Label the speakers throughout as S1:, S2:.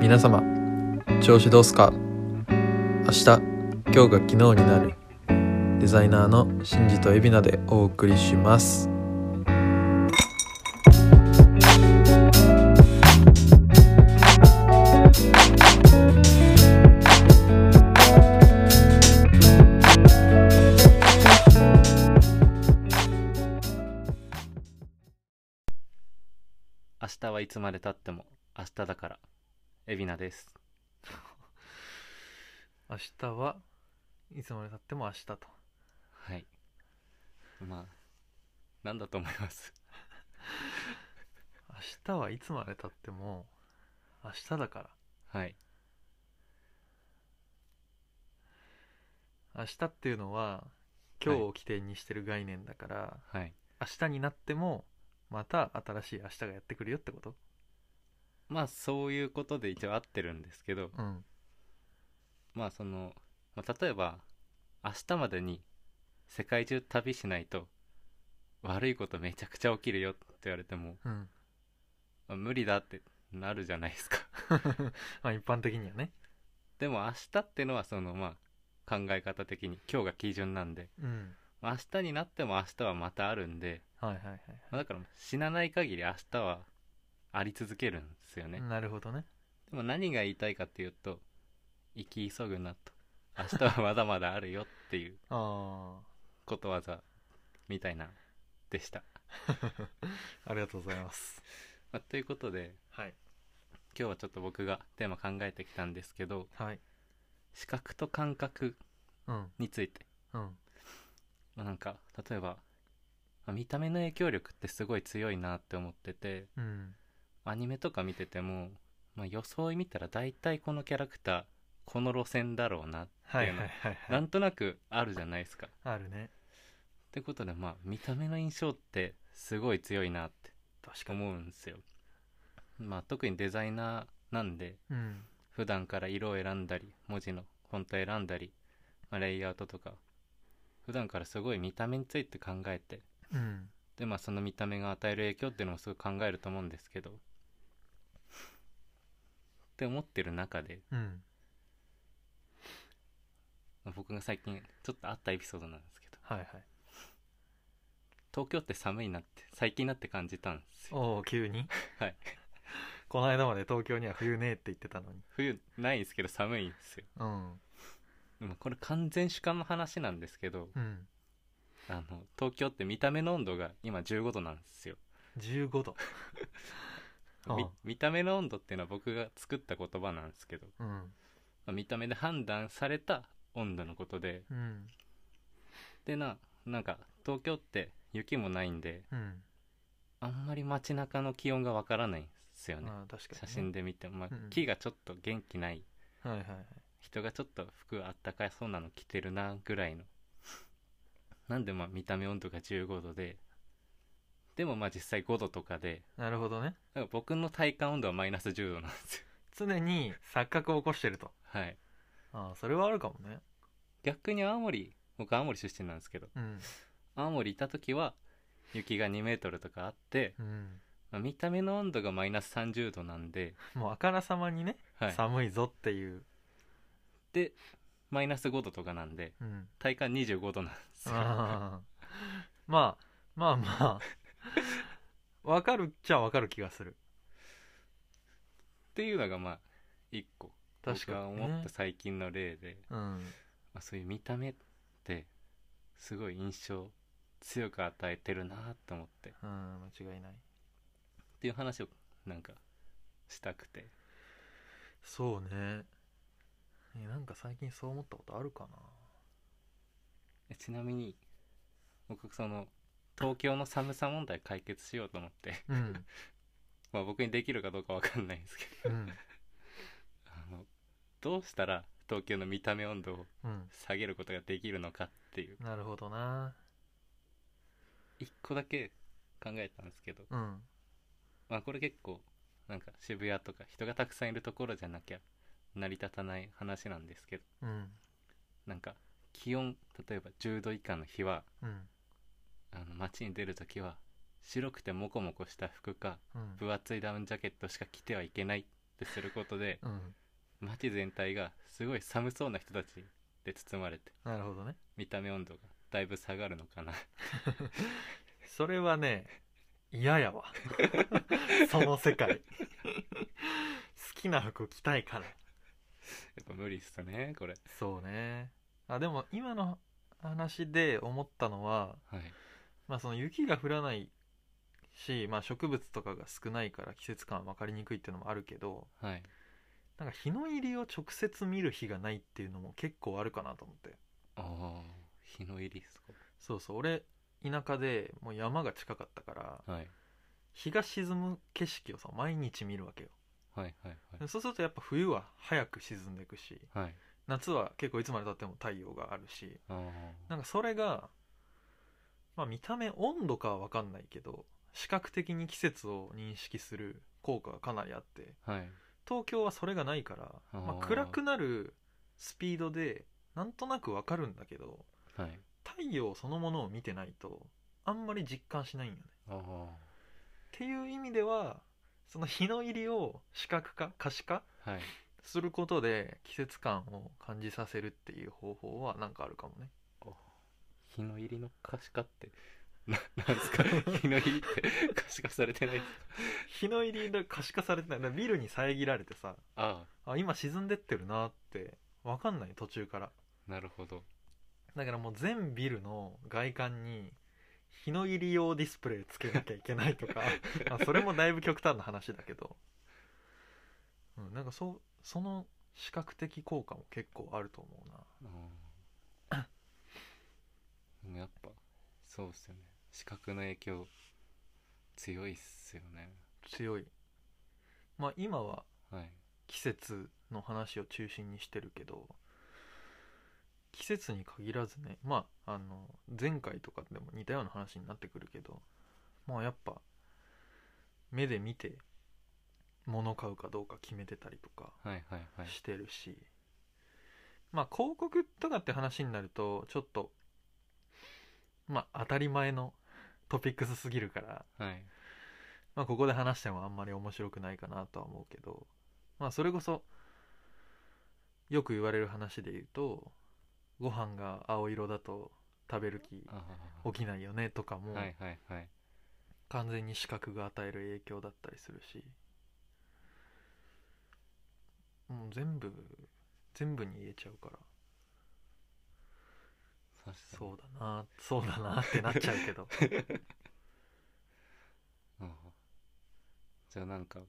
S1: 皆様調子どうすか明日今日が昨日になるデザイナーのシンジとエビナでお送りします
S2: 明日はいつまでたっても明日だからエビナです
S1: 明日はいつまでたっても明日と
S2: はいまあなんだと思います
S1: 明日はいつまでたっても明日だから
S2: はい
S1: 明日っていうのは今日を起点にしてる概念だから、
S2: はい
S1: 明日になってもまた新しい明日がやってくるよってこと
S2: まあそういうことで一応合ってるんですけど
S1: うん
S2: まあその、まあ、例えば明日までに世界中旅しないと悪いことめちゃくちゃ起きるよって言われても、
S1: うん
S2: まあ無理だってなるじゃないですか
S1: まあ一般的にはね
S2: でも明日ってのはそのまあ考え方的に今日が基準なんで
S1: うん
S2: まあ明日になっても明日はまたあるんで
S1: はいはいはい
S2: まあだから死なない限り明日はあり続けるんですよね、
S1: なるほどね
S2: でも何が言いたいかっていうと生き急ぐなと明日はまだまだあるよっていう
S1: あ
S2: ことわざみたいなでした、
S1: あありがとうございます
S2: まあということで
S1: はい
S2: 今日はちょっと僕がテーマ考えてきたんですけど
S1: はい
S2: 視覚と感覚
S1: うん
S2: について、
S1: うん
S2: まあなんか例えば、まあ見た目の影響力ってすごい強いなって思ってて
S1: うん
S2: アニメとか見てても、まあ、予想見たら大体このキャラクターこの路線だろうなって
S1: はい
S2: い
S1: は
S2: う
S1: い
S2: の
S1: はいは
S2: ないんとなくあるじゃないですか。っ
S1: あるね
S2: てことでまあ見た目の印象ってすごい強いなって
S1: 確
S2: 思うんですよ。まあ特にデザイナーなんで
S1: うん
S2: 普段から色を選んだり文字のフォント選んだり、まあレイアウトとか普段からすごい見た目について考えて
S1: うん
S2: でまあその見た目が与える影響っていうのもすごい考えると思うんですけど。って思ってる中で
S1: うん
S2: まあ僕が最近ちょっとあったエピソードなんですけど
S1: はいはい
S2: 東京って寒いなって最近になって感じたんですよ
S1: おお急に
S2: はい
S1: この間まで東京には冬ねえって言ってたのに
S2: 冬ないんですけど寒いんですよ
S1: うん
S2: でもこれ完全主観の話なんですけど
S1: うん
S2: あの東京って見た目の温度が今15度なんですよ
S1: 15度
S2: み
S1: ああ
S2: 見た目の温度っていうのは僕が作った言葉なんですけど、
S1: うん
S2: まあ見た目で判断された温度のことで
S1: うん
S2: でななんか東京って雪もないんで
S1: うん
S2: あんまり街中の気温がわからないんですよね
S1: ああ確かにね
S2: 写真で見ても、まあ
S1: うんうん
S2: 木がちょっと元気ない
S1: はいはいはい
S2: 人がちょっと服あったかそうなの着てるなぐらいのなんでまあ見た目温度が15度ででもまあ実際5度とかで
S1: なるほどね
S2: だから僕の体感温度はマイナス10度なんですよ
S1: 常に錯覚を起こしてると
S2: はい
S1: ああそれはあるかもね
S2: 逆に青森僕青森出身なんですけど
S1: うん
S2: 青森いた時は雪が2メートルとかあって、
S1: うん
S2: まあ見た目の温度がマイナス30度なんで、
S1: もうあからさまにね、
S2: はい、
S1: 寒いぞっていう
S2: でマイナス5度とかなんで
S1: うん
S2: 体感25度なんですよ
S1: あーまあまあまあわかるっちゃわかる気がする
S2: っていうのがまあ1個
S1: 確
S2: 僕
S1: か
S2: が
S1: に、
S2: 思っ
S1: ね
S2: た、最近の例で、
S1: うん
S2: まあ、そういう見た目ってすごい印象強く与えてるなと思ってっ
S1: うん間違いない
S2: ていう話をなんかしたくて
S1: そうねえなんか最近そう思ったことあるかな
S2: えちなみに僕その東京の寒さ問題解決しようと思って
S1: うん、
S2: まあ僕にできるかどうかわかんないんですけ
S1: う
S2: ど
S1: ん
S2: あのどうしたら東京の見た目温度を
S1: うん、
S2: 下げることができるのかってい う
S1: なるほどな
S2: 一個だけ考えたんですけど、
S1: うん
S2: まあ、これ結構なんか渋谷とか人がたくさんいるところじゃなきゃ成り立たない話なんですけど
S1: うん
S2: なんか気温例えば10度以下の日は
S1: うん
S2: あの街に出るときは白くてモコモコした服か
S1: うん
S2: 分厚いダウンジャケットしか着てはいけないっってすることで
S1: うん
S2: 街全体がすごい寒そうな人たちで包まれて
S1: なるほどね
S2: 見た目温度がだいぶ下がるのかな
S1: それはね嫌 やわその世界好きな服着たいから
S2: やっぱ無理っすねこれ
S1: そうねあでも今の話で思ったのは、
S2: はい
S1: まあ、その雪が降らないし、まあ、植物とかが少ないから季節感分かりにくいっていうのもあるけど
S2: はい
S1: なんか日の入りを直接見る日がないっていうのも結構あるかなと思って
S2: ああ日の入りっす
S1: そうそう俺田舎でもう山が近かったから
S2: かはい
S1: 日が沈む景色をさ毎日見るわけよ
S2: はいはい
S1: でそうするとやっぱ冬は早く沈んでいくし
S2: はいはい
S1: 夏は結構いつまでたっても太陽があるし
S2: あ
S1: なんかそれがまあ見た目温度かは分かんないけど視覚的に季節を認識する効果がかなりあって
S2: あはい
S1: 東京はそれがないから、
S2: あー
S1: まあ、暗くなるスピードでなんとなく分かるんだけど
S2: はい
S1: 太陽そのものを見てないとあんまり実感しないんよね
S2: ああ
S1: っていう意味ではその日の入りを視覚化可視化
S2: はい
S1: することで季節感を感じさせるっていう方法はなんかあるかもね
S2: 日の入りの可視化ってななんですか日の入りって可視化されてないですか
S1: 日の入りが可視化されてないだからビルに遮られてさ
S2: あ
S1: あ今沈んでってるなって分かんない途中から
S2: あなるほど
S1: だからもう全ビルの外観に日の入り用ディスプレイつけなきゃいけないとかまあそれもだいぶ極端な話だけど、うん、なんかそうその視覚的効果も結構あると思うな
S2: ああでもやっぱそうっすよね視覚の影響強いっすよね
S1: 強いまあ今は
S2: はい
S1: 季節の話を中心にしてるけど季節に限らずねまああの前回とかでも似たような話になってくるけどまあやっぱ目で見て物買うかどうか決めてたりとか
S2: はいはいはい
S1: してるし、まあ広告とかって話になるとちょっとまあ当たり前のトピックスすぎるから
S2: はい
S1: まあ、ここで話してもあんまり面白くないかなとは思うけど、まあ、それこそ、よく言われる話で言うと、ご飯が青色だと食べる気
S2: ああ
S1: 起きないよねとかも、
S2: はいはいはい
S1: 完全に視覚が与える影響だったりするし、もう全部、全部に言えちゃうから、
S2: 確かに
S1: そうだな、そうだなってなっちゃうけ ど、
S2: ああじゃあなんか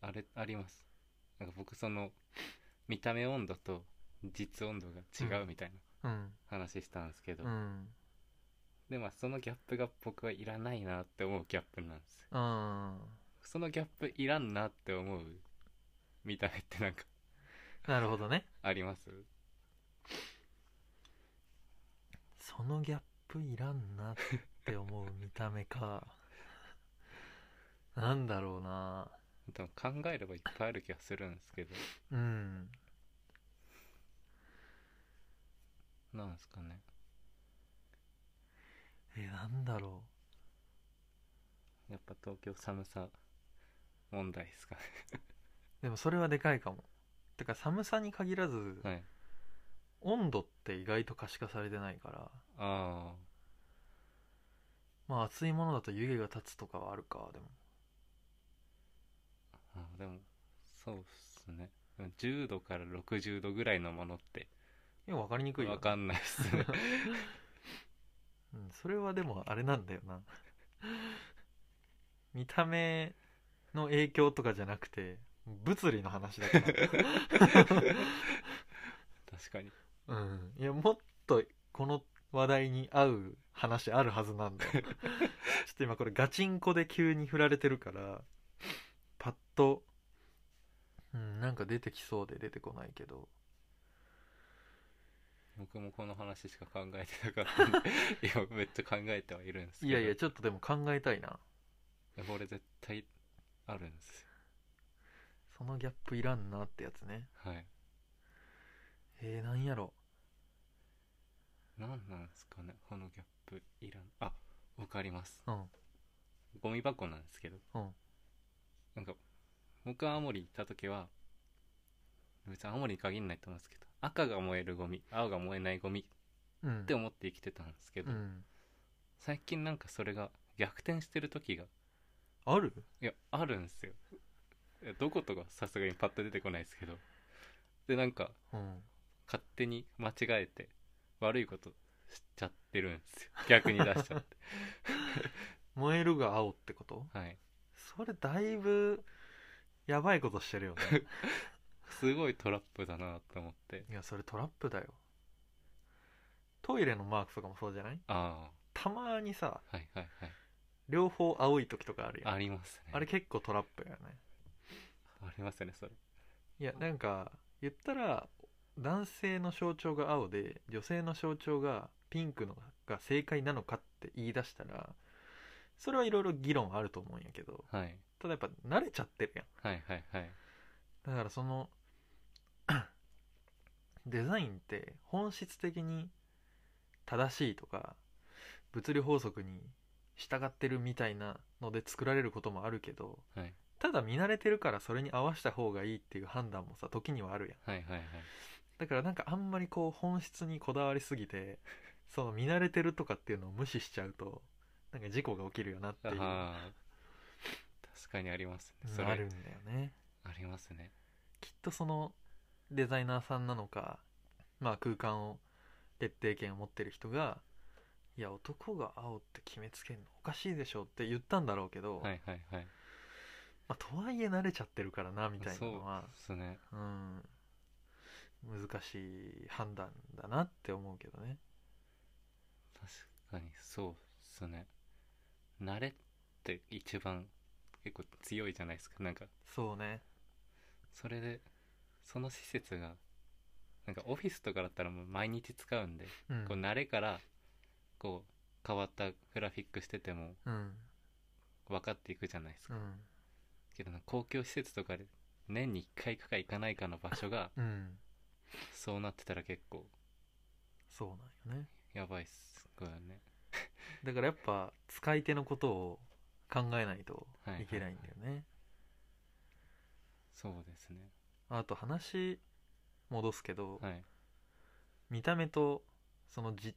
S2: あれありますなんか僕その見た目温度と実温度が違うみたい
S1: う
S2: な
S1: ん、
S2: 話したんですけど、
S1: うん、
S2: でまあそのギャップが僕はいらないなって思うギャップなんですよ
S1: うん、
S2: そのギャップいらんなって思う見た目ってなんか
S1: なるほどね。
S2: あります
S1: そのギャップいらんなって思う見た目か。 なんだろうな。
S2: でも考えればいっぱいある気がするんですけど
S1: うん。
S2: なんですかね
S1: え、なんだろ
S2: やっぱ東京寒さ問題ですかね
S1: う。でもそれはでかいかも。てか寒さに限らず、
S2: はい
S1: 温度って意外と可視化されてないから、
S2: あ
S1: まあ暑いものだと湯気が立つとかはあるか、でも。
S2: ーあーでもそうっすねでも10度から60度ぐらいのものって
S1: いや、わかりにくいよ、
S2: わかんないっす ね
S1: うん、それはでもあれなんだよな。 見た目の影響とかじゃなくて、物理の話だから。
S2: 確かに
S1: うん、いやもっとこの話題に合う話あるはずなん だよちょっと今これガチンコで急に振られてるからパッと、うん、なんか出てきそうで出てこないけど
S2: 僕もこの話しか考えてなかった んで今めっちゃ考えてはいるんですけ
S1: い
S2: ど
S1: やいやちょっとでも考えたいな
S2: やこれ絶対あるんですよ
S1: そのギャップいらんなってやつね
S2: はい
S1: えー、なんやろ
S2: 何なんですかねこのギャップいらんあわかります
S1: うん
S2: ゴミ箱なんですけど
S1: うん
S2: なんか僕は青森行った時は別に青森に限らないと思うんですけど赤が燃えるゴミ青が燃えないゴミ
S1: うん
S2: って思って生きてたんですけど、
S1: うん
S2: 最近なんかそれが逆転してる時が
S1: ある
S2: いやあるんですよいやどことかさすがにパッと出てこないですけどでなんか
S1: うん
S2: 勝手に間違えて悪いことしちゃってるんですよ 逆に出しち ゃって
S1: 燃えるが青ってこと
S2: はい
S1: それだいぶやばいことしてるよね
S2: すごいトラップだなと思って
S1: いやそれトラップだよトイレのマークとかもそうじゃない
S2: あ
S1: たまにさ
S2: あはいはいはい
S1: 両方青い時とかあるやん
S2: ありますね
S1: あれ結構トラップやね
S2: ありますねそれ
S1: いやなんか言ったら男性の象徴が青で女性の象徴がピンクのが正解なのかって言い出したらそれはいろいろ議論あると思うんやけど
S2: はい
S1: ただやっぱ慣れちゃってるやん
S2: はいはいはい
S1: だからその デザインって本質的に正しいとか物理法則に従ってるみたいなので作られることもあるけど
S2: はい
S1: ただ見慣れてるからそれに合わせた方がいいっていう判断もさ時にはあるやん
S2: はいはいはい
S1: だからなんかあんまりこう本質にこだわりすぎて その見慣れてるとかっていうのを無視しちゃうとなんか事故が起きるよなっていうの
S2: ああ確かにありますねそれ
S1: あるんだよね
S2: ありますね
S1: きっとそのデザイナーさんなのか、まあ、空間を決定権を持ってる人が「いや男が青って決めつけるのおかしいでしょ」って言ったんだろうけど、
S2: はいはいはい
S1: まあ、とはいえ慣れちゃってるからなみたいなのは
S2: そうですね
S1: う、ん、難しい判断だなって思うけどね。
S2: 確かにそうっすね慣れって一番結構強いじゃないですかなんか
S1: そうね
S2: それでその施設がなんかオフィスとかだったらもう毎日使うんで、
S1: うん
S2: こう慣れからこう変わったグラフィックしてても
S1: うん
S2: 分かっていくじゃないですか、
S1: うん
S2: けどなんか公共施設とかで年に1回行くか行かないかの場所が
S1: うん
S2: そうなってたら結構
S1: そうなんよね
S2: やばいっすこれはね
S1: だからやっぱ使い手のことを考えないといけないんだよね。
S2: そうですね
S1: あと話戻すけど、
S2: はい
S1: 見た目とその実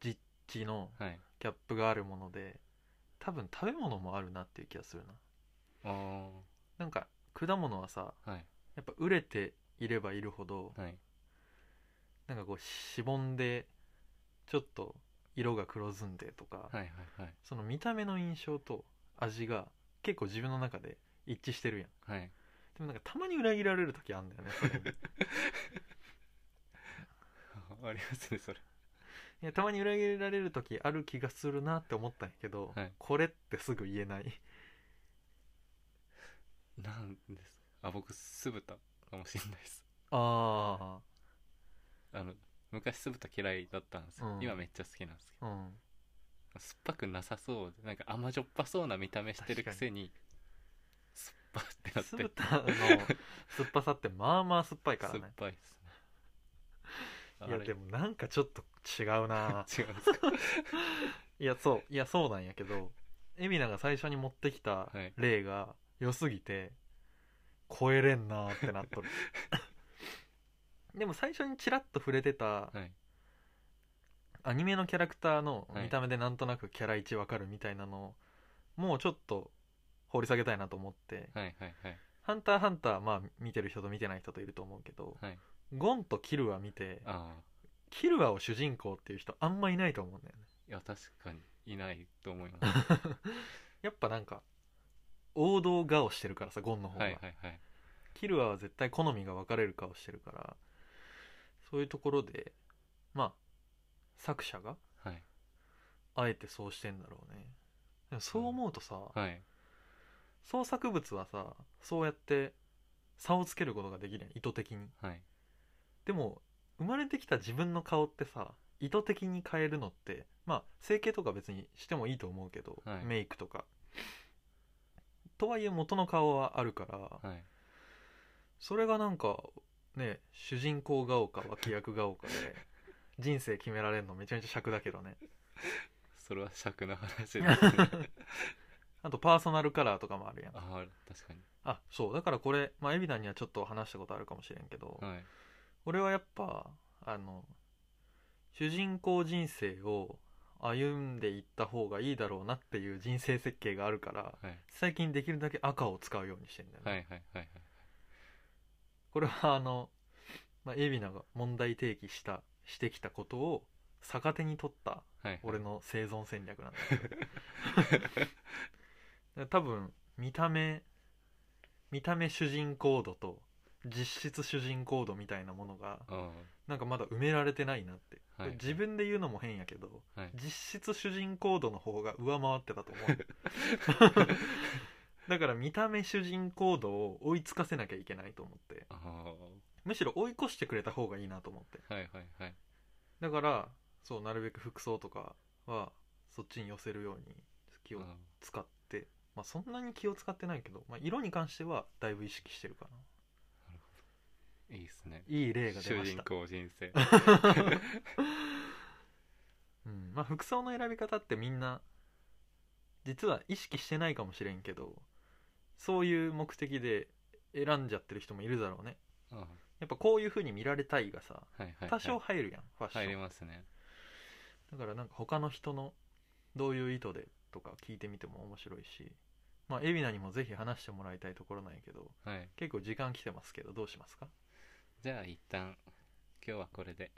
S1: 実地の
S2: はい
S1: ギャップがあるもので多分食べ物もあるなっていう気がするな
S2: あー
S1: なんか果物はさ
S2: はい
S1: やっぱ熟れていればいるほど
S2: はい
S1: なんかこうしぼんでちょっと色が黒ずんでとか、
S2: はいはいはい
S1: その見た目の印象と味が結構自分の中で一致してるやん
S2: はい
S1: でもなんかたまに裏切られる時あるんだよねそれで
S2: ありますねそれ
S1: いやたまに裏切られる時ある気がするなって思ったんやけど、
S2: はい
S1: これってすぐ言えない
S2: なんですあ僕酢豚かもしれないです
S1: あ
S2: あの昔酢豚嫌いだったんですよ、
S1: うん
S2: 今めっちゃ好きなんですけ
S1: あうん
S2: ど酸っぱくなさそうでなんか甘じょっぱそうな見た目してるくせに酸っぱって
S1: 酢
S2: なって
S1: 豚の酸っぱさってまあまあ酸っぱいから
S2: 酸っ
S1: ね
S2: ぱいっすね
S1: いやでもなんかちょっと違う な
S2: 違うんですか
S1: いやそういやそうなんやけどエミナが最初に持ってきた
S2: はい
S1: 例が良すぎて超えれんなーってなっとる でも最初にチラッと触れてた
S2: はい
S1: アニメのキャラクターの
S2: はい
S1: 見た目でなんとなくキャラ1わかるみたいなのをもうちょっと掘り下げたいなと思って
S2: はいはいはい
S1: 「ハンターハンター」まあ見てる人と見てない人といると思うけど、
S2: はい
S1: ゴンとキルア見て
S2: ああ
S1: キルアを主人公っていう人あんまいないと思うんだよね
S2: いや確かにいないと思います
S1: やっぱなんか王道顔してるからさゴンの方が、
S2: はいはいはい
S1: キルアは絶対好みが分かれる顔してるからそういうところでまあ作者が
S2: はい
S1: あえてそうしてんだろうねでもそう思うとさ、
S2: はい
S1: 創作物はさそうやって差をつけることができるやん意図的に
S2: はい
S1: でも生まれてきた自分の顔ってさ意図的に変えるのってまあ整形とか別にしてもいいと思うけど、
S2: はい
S1: メイクとかとはいえ元の顔はあるから、
S2: はい
S1: それがなんかね主人公顔か脇役顔 かで人生決められるのめちゃめちゃ尺だけどね
S2: それは尺の話ですね
S1: あとパーソナルカラーとかもあるやん
S2: ああ確かに
S1: あそうだからこれ、まあ、エビダンにはちょっと話したことあるかもしれんけど、
S2: はい
S1: 俺はやっぱあの主人公人生を歩んでいった方がいいだろうなっていう人生設計があるから
S2: はい
S1: 最近できるだけ赤を使うようにしてんだよね、
S2: はいはいはいはい
S1: これはあの、まあ、エビナが問題提起したしてきたことを逆手に取った
S2: はい
S1: 俺の生存戦略なんだけど 多分見た目見た目主人公度と実質主人公度みたいなものが
S2: あ
S1: なんかまだ埋められてないなって、
S2: はいはい
S1: 自分で言うのも変やけど
S2: あはい
S1: 実質主人公度の方が上回ってたと思う だから見た目主人公度を追いつかせなきゃいけないと思って
S2: あ
S1: むしろ追い越してくれた方がいいなと思って
S2: あはいはいはい
S1: だからそうなるべく服装とかはそっちに寄せるように気を
S2: あ
S1: 使って、まあ、そんなに気を使ってないけど、まあ、色に関してはだいぶ意識してるか
S2: あいいですね
S1: ないい例が出
S2: 主
S1: まし
S2: 人
S1: た、
S2: 公 人生
S1: うんまあ、服装の選び方ってみんな実は意識してないかもしれんけどそういう目的で選んじゃってる人もいるだろうね
S2: ああ
S1: やっぱこういう風に見られたいがさ
S2: はいはいはい
S1: 多少入るやん、ファッ
S2: 入
S1: シ
S2: り
S1: ョン
S2: ますね
S1: だからなんか他の人のどういう意図でとか聞いてみても面白いしまあ海老名にもぜひ話してもらいたいところなんやけど
S2: はい
S1: 結構時間来てますけどどうしますか
S2: じゃあ一旦今日はこれで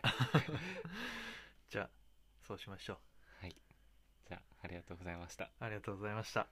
S1: じゃあそうしましょう
S2: はいじゃあありがとうございました
S1: ありがとうございました